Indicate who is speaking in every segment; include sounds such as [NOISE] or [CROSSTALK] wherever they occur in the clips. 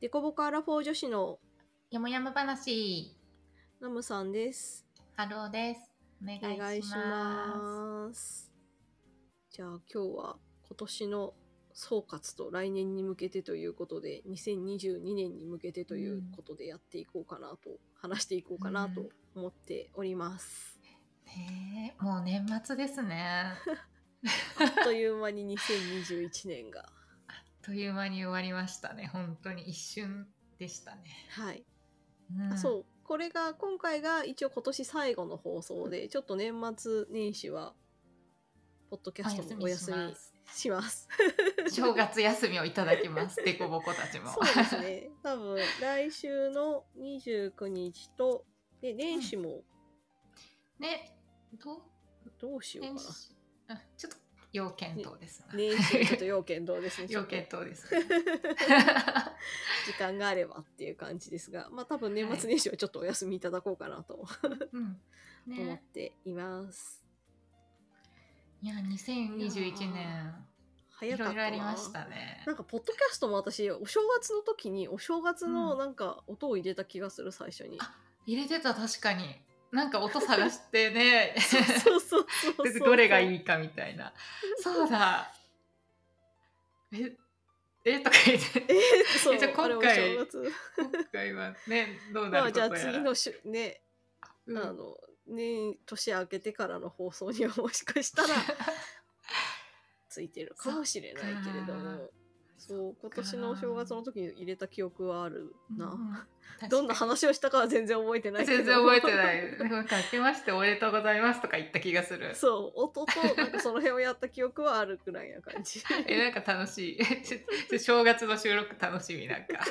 Speaker 1: デコボコアラフォー女子の
Speaker 2: やもやま話、
Speaker 1: ナムさんです。
Speaker 2: ハローです。お願いします。
Speaker 1: ますじゃあ今日は今年の総括と来年に向けてということで、2022年に向けてということでやっていこうかなと、話していこうかなと思っております。
Speaker 2: ねえもう年末ですね。 [LAUGHS]
Speaker 1: あっという間に2021年
Speaker 2: [LAUGHS]
Speaker 1: が。
Speaker 2: という間に終わりましたね。本当に一瞬でしたね。
Speaker 1: はい。
Speaker 2: うん
Speaker 1: あそうこれが今回が一応今年最後の放送でちょっと年末年始はポッドキャストもお
Speaker 2: お休
Speaker 1: 休み
Speaker 2: みします。
Speaker 1: します。
Speaker 2: 正月休みをいただきます。デコボコたち
Speaker 1: [LAUGHS]
Speaker 2: も。
Speaker 1: そうですね多分来週の29日とで年始も
Speaker 2: ね、どう
Speaker 1: どうしようかな、
Speaker 2: あちょっと要検討ですな。
Speaker 1: 年始はちょっと要件どうですねちょ
Speaker 2: [LAUGHS] 要
Speaker 1: っと
Speaker 2: 検討
Speaker 1: [LAUGHS]
Speaker 2: ですね。
Speaker 1: 時間があればっていう感じですがまあ多分年
Speaker 2: はい
Speaker 1: 末年始はちょっとお休みいただこうかなと
Speaker 2: うん。
Speaker 1: 思っ
Speaker 2: ね。
Speaker 1: ています。
Speaker 2: いや、2021年、い
Speaker 1: 早か
Speaker 2: ろ
Speaker 1: っ
Speaker 2: いろあ
Speaker 1: た
Speaker 2: りま
Speaker 1: な
Speaker 2: したね。
Speaker 1: なんかポッドキャストも私お正月の時にお正月のなんか音を入れた気がする最初に、
Speaker 2: あ入れてた確かになんか音探してね
Speaker 1: [LAUGHS] そうそうそうそう
Speaker 2: [LAUGHS] どれが
Speaker 1: い
Speaker 2: いいかみたいなそうだええとか言って
Speaker 1: えー、そう
Speaker 2: えじゃあ
Speaker 1: あれ
Speaker 2: 今回
Speaker 1: お正月
Speaker 2: 今回はねどう
Speaker 1: ま
Speaker 2: な
Speaker 1: あ
Speaker 2: るこ
Speaker 1: じ
Speaker 2: と
Speaker 1: ゃ
Speaker 2: や
Speaker 1: あ
Speaker 2: ら、
Speaker 1: 次の週ね、
Speaker 2: うん
Speaker 1: あの年年明けてからの放送にはもしかした [LAUGHS] らついてるかもしれないけれどもそう今年のお正月の時に入れた記憶はあるな、
Speaker 2: うん確かに
Speaker 1: どんな話をしたかは全然覚えてないけど
Speaker 2: 全然覚えて
Speaker 1: [LAUGHS]
Speaker 2: ないなんか「明けましておめでとうございます」とか言った気がする
Speaker 1: そう音となんかその辺をやった記憶はあるくらいな感 [LAUGHS] じ
Speaker 2: えなんか楽しい [LAUGHS] ちょちょ正月の収録楽しみなんか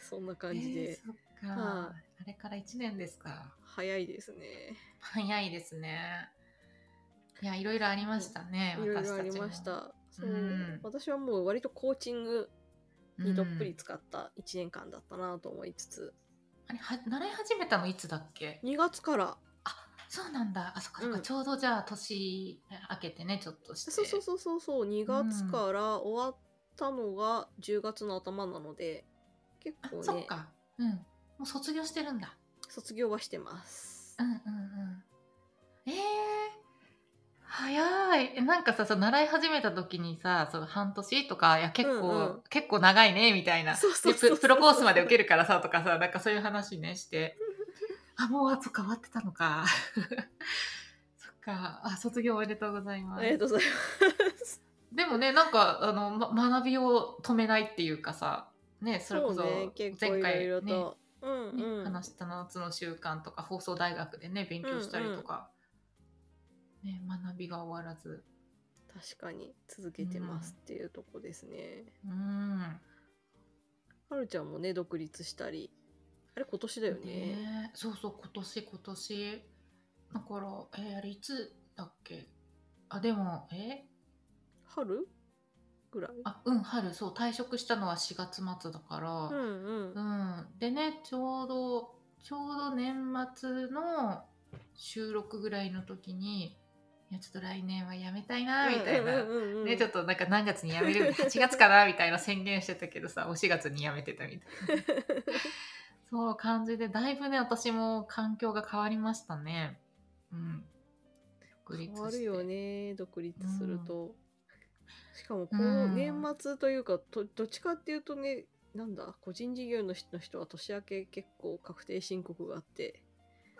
Speaker 1: そんな [LAUGHS] 感じで、
Speaker 2: えーそっか、
Speaker 1: は
Speaker 2: あれから1年ですか
Speaker 1: 早いですね。
Speaker 2: 早いですね。いや、いろいろありましたね。
Speaker 1: いろいろあ
Speaker 2: 私
Speaker 1: り
Speaker 2: ちも
Speaker 1: まし。た。そう、
Speaker 2: うん
Speaker 1: 私はもう割とコーチングにどっぷ
Speaker 2: う
Speaker 1: り
Speaker 2: ん
Speaker 1: 使った1年間だったなと思いつつ、
Speaker 2: あれは習い始めたのいつだっけ
Speaker 1: 2月から
Speaker 2: そうなんだ。あ、そっかそっか、
Speaker 1: うん
Speaker 2: ちょうどじゃあ年明けてね、ちょっとして。
Speaker 1: そうそうそうそうそう2月から終わったのが10月の頭なので結
Speaker 2: あ、
Speaker 1: 構
Speaker 2: そっ
Speaker 1: ね
Speaker 2: か。うん。もう卒業してるんだ。
Speaker 1: 卒業はしてます
Speaker 2: う。んうんうん。えー。早いえなんかさそう習い始めた時にさそう半年とかいや結構、
Speaker 1: うんうん
Speaker 2: 結構長いねみたいな
Speaker 1: そうそう
Speaker 2: で
Speaker 1: そうそう
Speaker 2: ププロコースまで受けるからさとかさなんかそういう話ねしてあもうあそっか終わってたのか [LAUGHS] そっかあ卒業おめでとうございま
Speaker 1: あ
Speaker 2: す
Speaker 1: りがとうございます。
Speaker 2: でもねなんかあの、ま、学びを止めないっていうかさねそれこそ
Speaker 1: うね結構
Speaker 2: 前
Speaker 1: いろ
Speaker 2: 回
Speaker 1: い
Speaker 2: ね
Speaker 1: ろと、うん
Speaker 2: ね
Speaker 1: うん、
Speaker 2: 話した夏の習慣とか放送大学でね勉強したりとか、ね、学びが終わらず
Speaker 1: 確かに続けてますっていうとこですね。
Speaker 2: うん
Speaker 1: はるちゃんもね独立したりあれ今年だよね
Speaker 2: えそうそう今年今年だからえーあれいつだっけあでもえ
Speaker 1: 春ぐらい
Speaker 2: あうん春そう退職したのは4月末だから、
Speaker 1: うんうん
Speaker 2: うん、でねちょうどちょうど年末の収録ぐらいの時にいやちょっと来年はやめたいなみたいな、
Speaker 1: うんうんうんうん
Speaker 2: ねちょっとなんか何月に辞める8月かなみたいな宣言してたけどさお4月に辞めてたみたいな
Speaker 1: [LAUGHS]
Speaker 2: そう感じでだいぶね私も環境が変わりましたねうん独立
Speaker 1: 変
Speaker 2: して
Speaker 1: わるよね独立すると、しかもこ
Speaker 2: う
Speaker 1: の
Speaker 2: ん
Speaker 1: 年末というかとどっちかっていうとねなんだ個人事業の人の人は年明け結構確定申告があって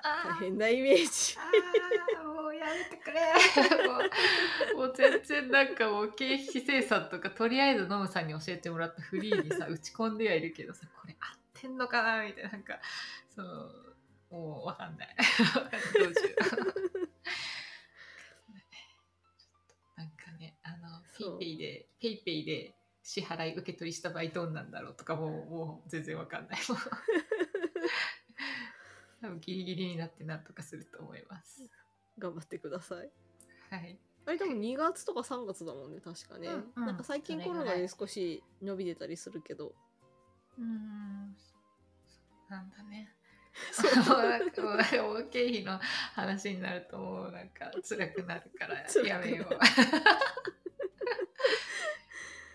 Speaker 1: 大
Speaker 2: あー
Speaker 1: 変なイメージ [LAUGHS]
Speaker 2: あーもうやめてくれもうもう全然なんかもう経費精算とかとりあえずノムさんに教えてもらったフリーにさ打ち込んではいるけどさこれ合ってんのかなみたいななんかそのもうわかんないわかんないどうしようちょっと [LAUGHS] なんかねあ
Speaker 1: そう
Speaker 2: のペイペイでペイペイで支払い受け取りした場合どうなんだろうとかもうもう全然わかん [LAUGHS] ない多分ギリギリになってなんとかすると思います。
Speaker 1: 頑張ってください
Speaker 2: はい。
Speaker 1: あれでも2月とか3月だもんね確かね、
Speaker 2: うんうん
Speaker 1: なんか最近
Speaker 2: それ
Speaker 1: コ
Speaker 2: ぐら
Speaker 1: ロ
Speaker 2: い
Speaker 1: ナで少し伸びてたりするけ
Speaker 2: [LAUGHS]
Speaker 1: ど
Speaker 2: うーん。そうなんだね。 [LAUGHS]
Speaker 1: そ
Speaker 2: もうなんかもうなんかもう経費の話になるともうなんか辛くなるから
Speaker 1: 辛くなる
Speaker 2: やめよう。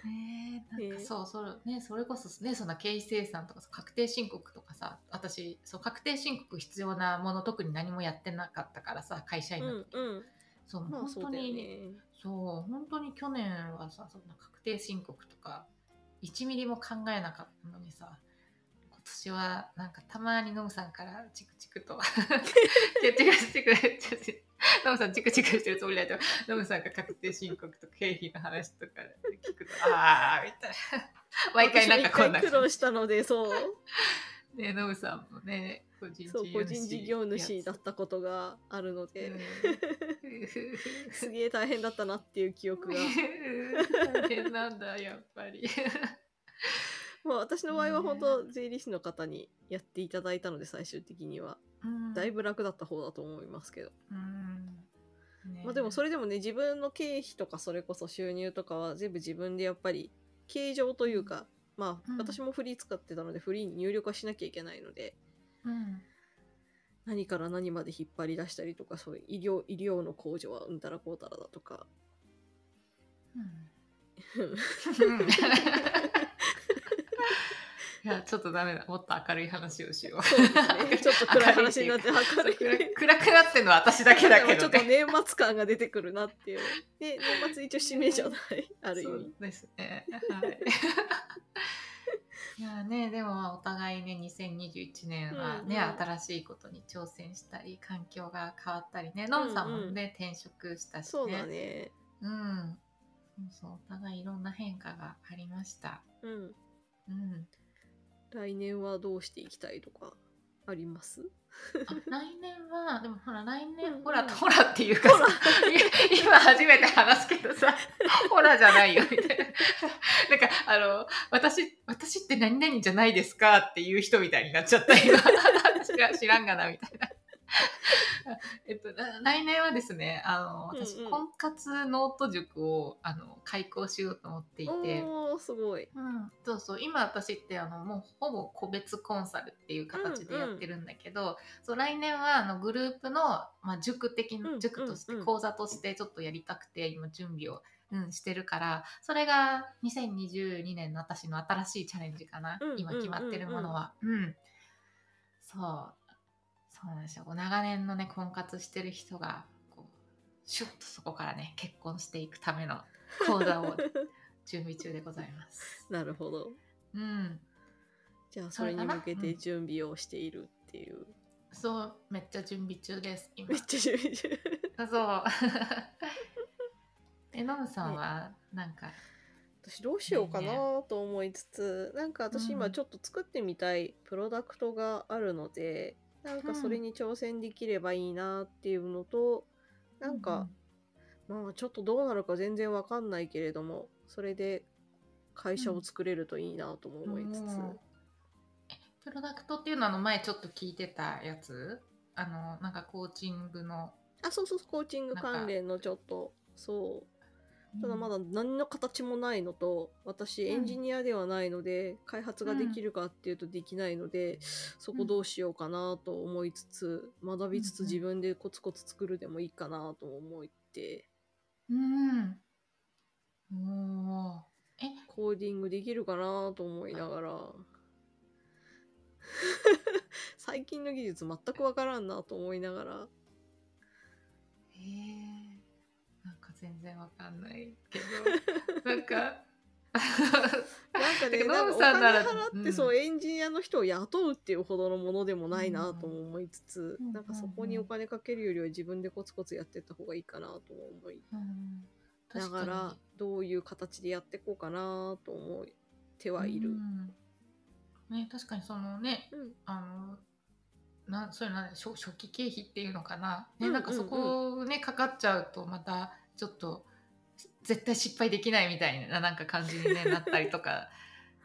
Speaker 2: ね [LAUGHS] ねなん
Speaker 1: ね
Speaker 2: かそうそれ,、ね、それこそねそんな経費精算とかさ確定申告とかさ私そう確定申告必要なもの特に何もやってなかったからさ会社員
Speaker 1: [LAUGHS] う
Speaker 2: の
Speaker 1: ん
Speaker 2: 時、 [LAUGHS]
Speaker 1: うん。
Speaker 2: そう
Speaker 1: まあ
Speaker 2: 本
Speaker 1: そう
Speaker 2: 当
Speaker 1: だよ
Speaker 2: に、
Speaker 1: ね。
Speaker 2: そう本当に去年はさそんな確定申告とか1ミリも考えなかったのにさ今年はなんかたまにノムさんからチクチク
Speaker 1: [LAUGHS]
Speaker 2: といや違う違う違うノムさんチクチクしてるつもりだけどノムさんが確定申告と経費の話とか聞くとああみたいな
Speaker 1: [LAUGHS]
Speaker 2: 毎回なんかこんな
Speaker 1: 私も一回苦労したので、そう。
Speaker 2: ねノムさんもね [LAUGHS] 個人
Speaker 1: そう、個人事業主だったことがあるの
Speaker 2: て
Speaker 1: で、すげえ大変だったなっていう記憶
Speaker 2: [LAUGHS]
Speaker 1: が。
Speaker 2: 大変なんだやっぱり。
Speaker 1: まあ私の場合は本
Speaker 2: ね
Speaker 1: 当、税理士の方にやっていただいたので、最終的には。だい
Speaker 2: ぶ、
Speaker 1: ぶ楽だった方だと思いますけど。
Speaker 2: うんね
Speaker 1: まあでもそれでもね、自分の経費とかそれこそ収入とかは全部自分でやっぱり、形状というか、まあ
Speaker 2: うん
Speaker 1: 私もフリー使ってたので、フリーに入力はしなきゃいけないので、
Speaker 2: うん
Speaker 1: 何から何まで引っ張り出したりとかそういう医療医療の控除はうんたらこうたらだとか
Speaker 2: うんいやちょっとダメだもっと明るい話をしよう
Speaker 1: そうです
Speaker 2: [LAUGHS]
Speaker 1: ねちょっと暗い話になって明るい
Speaker 2: 暗い暗くなってんのは私だけだけ
Speaker 1: ちょ
Speaker 2: ど
Speaker 1: っと
Speaker 2: ね
Speaker 1: 年末感が出てくるな [LAUGHS] っていうで年末一応締めじゃないある意
Speaker 2: そう
Speaker 1: 味
Speaker 2: です
Speaker 1: [LAUGHS]
Speaker 2: ねはい [LAUGHS] いやねでもお互いね2021年はね、
Speaker 1: うんうん
Speaker 2: 新しいことに挑戦したり環境が変わったりねのんさんもね、転職したし
Speaker 1: そうだね
Speaker 2: うん。そうそう、お互いいろんな変化がありました。
Speaker 1: うん
Speaker 2: うん。
Speaker 1: 来年はどうしていきたいとかあります
Speaker 2: あ来年は、でもほら、来
Speaker 1: うんう
Speaker 2: 年、
Speaker 1: ん
Speaker 2: ほら、ほらっていうかさ、い [LAUGHS] 今初めて話すけどさ、ほらじゃないよ、みたいな。 [LAUGHS] なんか、あの、私、私って何々じゃないですかっていう人みたいになっちゃった、今。知ら知らんがな、みたいな。 [LAUGHS] えっと、な来年はですね、あの、私、
Speaker 1: うんうん
Speaker 2: 婚活ノート塾を、あの、開講しようと思っていて、
Speaker 1: おーすごい
Speaker 2: うん、そうそう今私ってあのもうほぼ個別コンサルっていう形でやってるんだけど、そう来年はあのグループの、まあ、塾的
Speaker 1: うんう
Speaker 2: なん塾として、
Speaker 1: うん
Speaker 2: 講座としてちょっとやりたくて今準備を、うん、してるからそれが2022年の私の新しいチャレンジかな、
Speaker 1: うん
Speaker 2: 今決まってるものは。うん、そうそうなんですよ。長年のね、婚活してる人が、こう、シュッとそこからね、結婚していくための講座を準備中でございま
Speaker 1: [LAUGHS]
Speaker 2: す。
Speaker 1: なるほど
Speaker 2: うん。
Speaker 1: じゃあそれに向けて準備をしているっていう、
Speaker 2: そう、めっちゃ準備中です、今
Speaker 1: めっ。ちゃ準備中
Speaker 2: そう。 [LAUGHS] え、ノムさんは、なんか、
Speaker 1: 私どうしようか
Speaker 2: ねえ
Speaker 1: なと思いつつ、なんか私
Speaker 2: う
Speaker 1: 今
Speaker 2: ん
Speaker 1: ちょっと作ってみたいプロダクトがあるので、なんかそれに挑戦できればいいなっていうのと、なんか、まあちょっとどうなるか全然わかんないけれどもそれで会社を作れるといいなとも
Speaker 2: うん、
Speaker 1: 思いつつ、
Speaker 2: うんえプロダクトっていうのは、あの、前ちょっと聞いてたやつあの、なんかコーチングの。
Speaker 1: あそうそうそうコーチング関連のちょっとそうただまだ何の形もないのと私
Speaker 2: うん
Speaker 1: エンジニアではないので、開発ができるかっていうとできないので、そこどうしようかなと思いつつ学びつつ
Speaker 2: うんうん
Speaker 1: 自分でコツコツ作るでもいいかなと思って
Speaker 2: うん。おーえ、
Speaker 1: コーディングできるかなと思いながら [LAUGHS] 最近の技術全くわからんなと思いながら
Speaker 2: えー、なんか全然わかんないけ
Speaker 1: [LAUGHS]
Speaker 2: ど、なんか、 [LAUGHS]
Speaker 1: なんかね
Speaker 2: だけど
Speaker 1: なんかお
Speaker 2: ノブさんな
Speaker 1: 金
Speaker 2: ら
Speaker 1: 払っ
Speaker 2: う
Speaker 1: て
Speaker 2: ん
Speaker 1: そう、エンジニアの人を雇うっていうほどのものでもないなとも思いつつ、
Speaker 2: うん
Speaker 1: なんかそこにお金かけるよりは自分でコツコツやってった方がいいかなとも思い
Speaker 2: うん、
Speaker 1: ながらどういう形でやっていこうかなと思ってはいる
Speaker 2: う。んね、確かにそのね、
Speaker 1: うん
Speaker 2: あの、なそういうの初初期経費っていうのかな、ね
Speaker 1: うん
Speaker 2: なんかそこねかかっちゃうとまたちょっと絶対失敗できないみたいななんか感じに、
Speaker 1: [LAUGHS]
Speaker 2: ね、なったりとか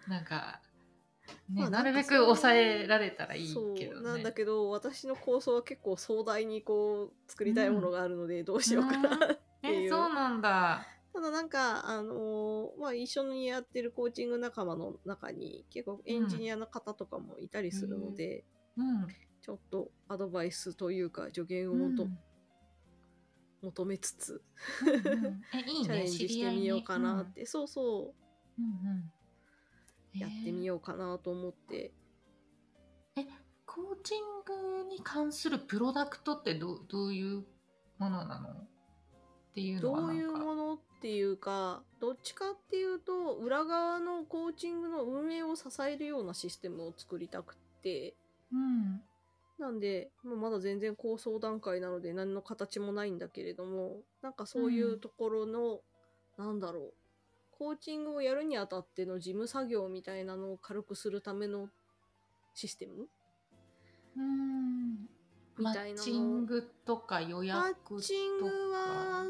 Speaker 2: なんか、ね
Speaker 1: まあ
Speaker 2: なるべく
Speaker 1: なんかそう
Speaker 2: 抑えられたらいいけ
Speaker 1: そ
Speaker 2: ど
Speaker 1: う
Speaker 2: ね。
Speaker 1: なんだけど私の構想は結構壮大にこう作りたいものがあるのでどうしようかな、
Speaker 2: うん
Speaker 1: てい
Speaker 2: え
Speaker 1: う
Speaker 2: そうなんだ。
Speaker 1: ただなんか、あのーまあ、一緒にやってるコーチング仲間の中に結構エンジニアの方とかもいたりするので、
Speaker 2: うん。
Speaker 1: ちょっとアドバイスというか助言をもと、
Speaker 2: うん
Speaker 1: 求めつつ
Speaker 2: うんうんえいいね
Speaker 1: チャレンジしてみようかなっ。て、そうそやってみようかなと思って、
Speaker 2: コーチングに関するプロダクトってどうどういうものなのっていうの
Speaker 1: ど
Speaker 2: はな
Speaker 1: ういうん
Speaker 2: か
Speaker 1: ものっていうかどっちかっていうと裏側のコーチングの運営を支えるようなシステムを作りたくって
Speaker 2: うん
Speaker 1: なんで、もうまだ全然構想段階なので何の形もないんだけれども、なんかそういうところの、なんだろう、コーチングをやるにあたっての事務作業みたいなのを軽くするためのシステム
Speaker 2: うん
Speaker 1: み
Speaker 2: マ
Speaker 1: たい
Speaker 2: ッ
Speaker 1: なの
Speaker 2: チングとか予
Speaker 1: マッ
Speaker 2: 約とか
Speaker 1: チングは、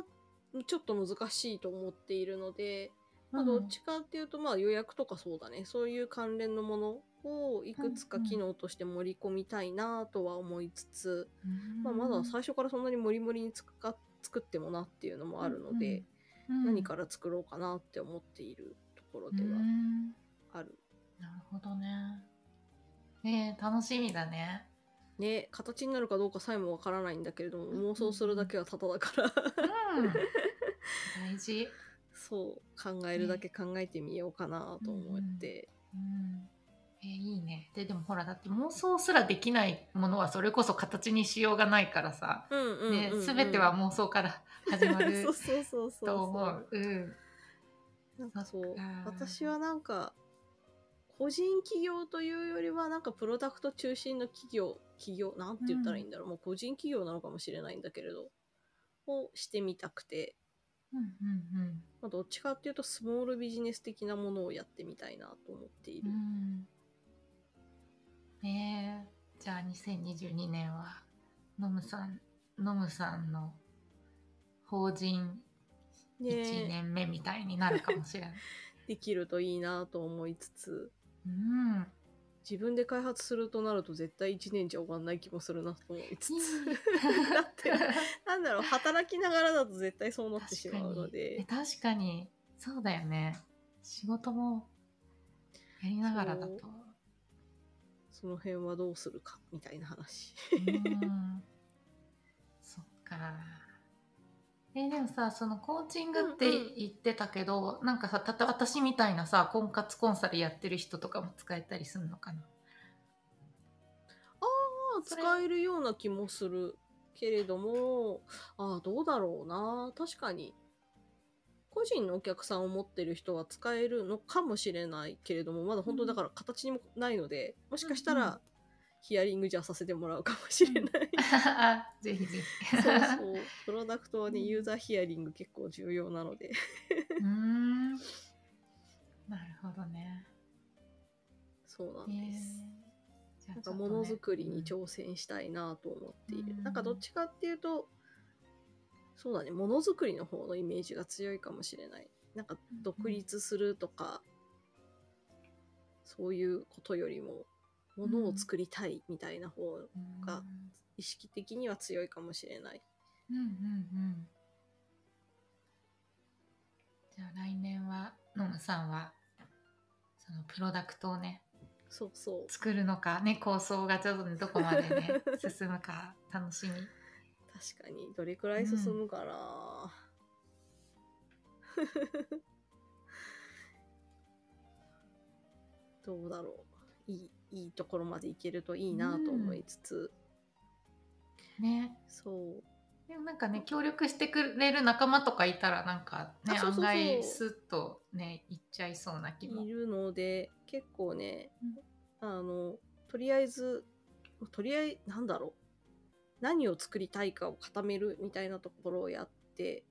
Speaker 1: ちょっと難しいと思っているので、まあ、どっちかっていうと、まあ予約とかそうだね、そういう関連のものをいくつか機能として盛り込みたいなとは思いつつ、
Speaker 2: うん
Speaker 1: まあ、まだ最初からそんなにモリモリにつくか作ってもなっていうのもあるので、、
Speaker 2: うんうん
Speaker 1: 何から作ろうかなって思っているところでは
Speaker 2: うん
Speaker 1: ある。
Speaker 2: なるほどね。ねえ楽しみだね。
Speaker 1: ね形になるかどうかさえもわからないんだけれども
Speaker 2: んうん
Speaker 1: 妄想するだけはただだから [LAUGHS]
Speaker 2: うん、大事。
Speaker 1: そう考えるだけ考えてみようかなと思って、
Speaker 2: うんえいいね。ででもほらだって妄想すらできないものはそれこそ形にしようがないからさ、
Speaker 1: うんうんうん
Speaker 2: ね
Speaker 1: うん
Speaker 2: 全ては妄想から始まる
Speaker 1: [LAUGHS] そうそうそうそう
Speaker 2: と思う。うん
Speaker 1: なんかそう
Speaker 2: そっか
Speaker 1: 私はなんか個人企業というよりはなんかプロダクト中心の企業企業なんて言ったらいいんだろう、もう個人企業なのかもしれないんだけれどをしてみたくて、
Speaker 2: うんうん
Speaker 1: まあ、どっちかっていうとスモールビジネス的なものをやってみたいなと思ってい
Speaker 2: うんう
Speaker 1: る、
Speaker 2: ん。ねえじゃあ2022年はノムさんノムさんの法人1
Speaker 1: ねえ
Speaker 2: 年目みたいになるかもしれない。
Speaker 1: できるといいなと思いつつ [LAUGHS]
Speaker 2: うん、
Speaker 1: 自分で開発するとなると絶対1年じゃ終わんない気もするなと思いつつ [LAUGHS] だってなんだろう働きながらだと絶対そうなってし
Speaker 2: 確か
Speaker 1: まうの
Speaker 2: にえ
Speaker 1: で
Speaker 2: 確かにそうだよね仕事もやりながらだと
Speaker 1: その辺はどうするかみたいな話。
Speaker 2: うーんそっかえでもさそのコーチングって
Speaker 1: うんうん
Speaker 2: 言ってたけど、なんかさたった私みたいなさ婚活コンサルやってる人とかも使えたりするの
Speaker 1: [LAUGHS]
Speaker 2: かな
Speaker 1: まあ
Speaker 2: それ
Speaker 1: 使えるような気もするけれどもああどうだろうな確かに個人のお客さんを持ってる人は使えるのかもしれないけれどもまだ本当だから形にもないのでもしかした
Speaker 2: うんうん
Speaker 1: らヒアリングじゃあさせてもらうかもしれない、
Speaker 2: あぜひぜひ
Speaker 1: そうそうプロダクトはね
Speaker 2: うん
Speaker 1: ユーザーヒアリング結構重要なので
Speaker 2: [LAUGHS] うーんなるほどね
Speaker 1: そうな
Speaker 2: え
Speaker 1: んです、
Speaker 2: じゃ
Speaker 1: な
Speaker 2: あ
Speaker 1: ん
Speaker 2: ち
Speaker 1: か
Speaker 2: ょっと
Speaker 1: も
Speaker 2: ね
Speaker 1: のづくりに
Speaker 2: うん
Speaker 1: 挑戦したいなと思っている、
Speaker 2: うん
Speaker 1: なんかどっちかっていうとそうだねものづくりの方のイメージが強いかもしれないなんか独立するとか、そういうことよりもものを作りたいみたいな方が意識的には強いかもしれない
Speaker 2: うんうんうんじゃあ来年はのむさんはそのプロダクトをね
Speaker 1: そうそう
Speaker 2: 作るのかね構想がちょっとねどこまで
Speaker 1: [LAUGHS]
Speaker 2: ね進むか楽しみ
Speaker 1: 確かにどれくらい進むかな、どうだろういいいいところまでいけるといいなと思いつつ、
Speaker 2: ね
Speaker 1: そう
Speaker 2: でもなんかね協力してくれる仲間とかいたらなんかね
Speaker 1: あそうそうそう
Speaker 2: 案外スッとねいっちゃいそうな気も
Speaker 1: いるので結構ね、あのとりあえずとりあえずなんだろう何を作りたいかを固めるみたいなところをやって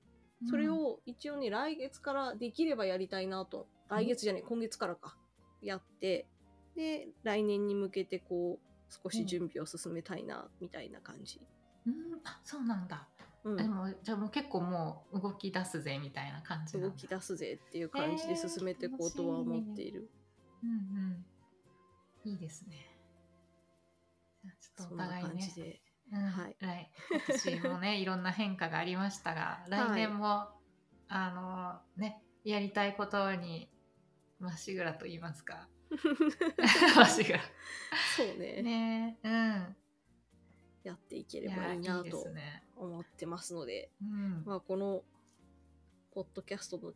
Speaker 1: それを一応ね、来月からできればやりたいなと。来月じゃねえ、今月からか。やって、で、来年に向けてこう、少し準備を進めたいな、みたいな感じ。
Speaker 2: うん、うんあそうなんだ、
Speaker 1: うん。
Speaker 2: でもじゃあもう結構もう動き出すぜみたいな感じなん
Speaker 1: 動
Speaker 2: だ
Speaker 1: き出すぜっていう感じで進めていこうとは思っている。
Speaker 2: うんうん。いいですね。じゃあちょっと
Speaker 1: そ
Speaker 2: お
Speaker 1: んな
Speaker 2: 互い
Speaker 1: 感
Speaker 2: ね
Speaker 1: じ、で。
Speaker 2: うん
Speaker 1: はい
Speaker 2: 来今年もねいろんな変化がありました
Speaker 1: [LAUGHS]
Speaker 2: が来年も、あのねやりたいことにまっしぐらと言いま
Speaker 1: [LAUGHS]
Speaker 2: すかまっしぐら
Speaker 1: そう [LAUGHS] ね
Speaker 2: ねうん
Speaker 1: やっていけ
Speaker 2: い
Speaker 1: れば
Speaker 2: や
Speaker 1: いい
Speaker 2: い
Speaker 1: ない
Speaker 2: です
Speaker 1: と
Speaker 2: ね
Speaker 1: 思ってますので、
Speaker 2: うん
Speaker 1: まあ、この、ポッドキャストの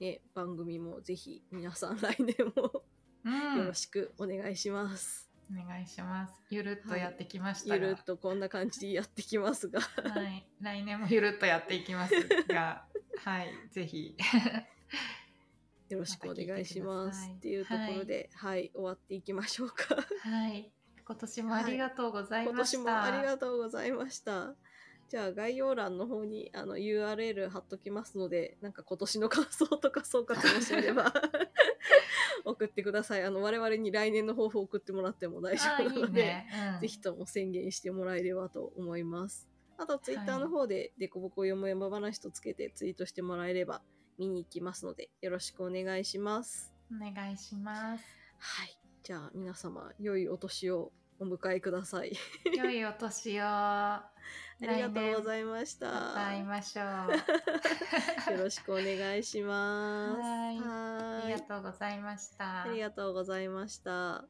Speaker 1: ね、番組もぜひ皆さん来年も
Speaker 2: うん
Speaker 1: よろしくお願いします。
Speaker 2: お願いします。ゆるっとやってきました
Speaker 1: ゆ
Speaker 2: が、
Speaker 1: るっとこんな感じでやってきます [LAUGHS] が、
Speaker 2: はい、来年もゆるっとやっていきます
Speaker 1: [LAUGHS]
Speaker 2: が、はい、ぜひ。
Speaker 1: よろしくお願いします。
Speaker 2: また聞い
Speaker 1: ってて
Speaker 2: く
Speaker 1: い
Speaker 2: だ
Speaker 1: う
Speaker 2: さ
Speaker 1: と
Speaker 2: い
Speaker 1: ころで、はい、終わっていきましょうか。
Speaker 2: はい、今年もありがとうござい
Speaker 1: 今
Speaker 2: まし
Speaker 1: 年
Speaker 2: た。
Speaker 1: もありがとうございました。じゃあ概要欄の方にあの URL 貼っときますので、なんか今年の感想とか総括もしれ [LAUGHS] ば送ってください。あの我々に来年の抱負を送ってもらっても大丈
Speaker 2: あ
Speaker 1: 夫な
Speaker 2: ー
Speaker 1: いの
Speaker 2: い
Speaker 1: で、
Speaker 2: ね。うん
Speaker 1: ぜひとも宣言してもらえればと思います。あと、ツイッタ
Speaker 2: は
Speaker 1: ー
Speaker 2: い
Speaker 1: の方で、デコボコよもやま話とつけてツイートしてもらえれば見に行きますので、よろしくお願いします。
Speaker 2: お願いし
Speaker 1: [LAUGHS]
Speaker 2: ます。
Speaker 1: はい。じゃあ、皆様、良いお年をお迎えくだ
Speaker 2: [LAUGHS]
Speaker 1: さい。
Speaker 2: 良いお年を。あ
Speaker 1: ありがとうござ
Speaker 2: い
Speaker 1: いました。
Speaker 2: また会いましょう。 [LAUGHS]
Speaker 1: よろしくお願いします。
Speaker 2: [LAUGHS] はい
Speaker 1: は
Speaker 2: あ
Speaker 1: ーい
Speaker 2: りがとうございました。
Speaker 1: ありがとうございました。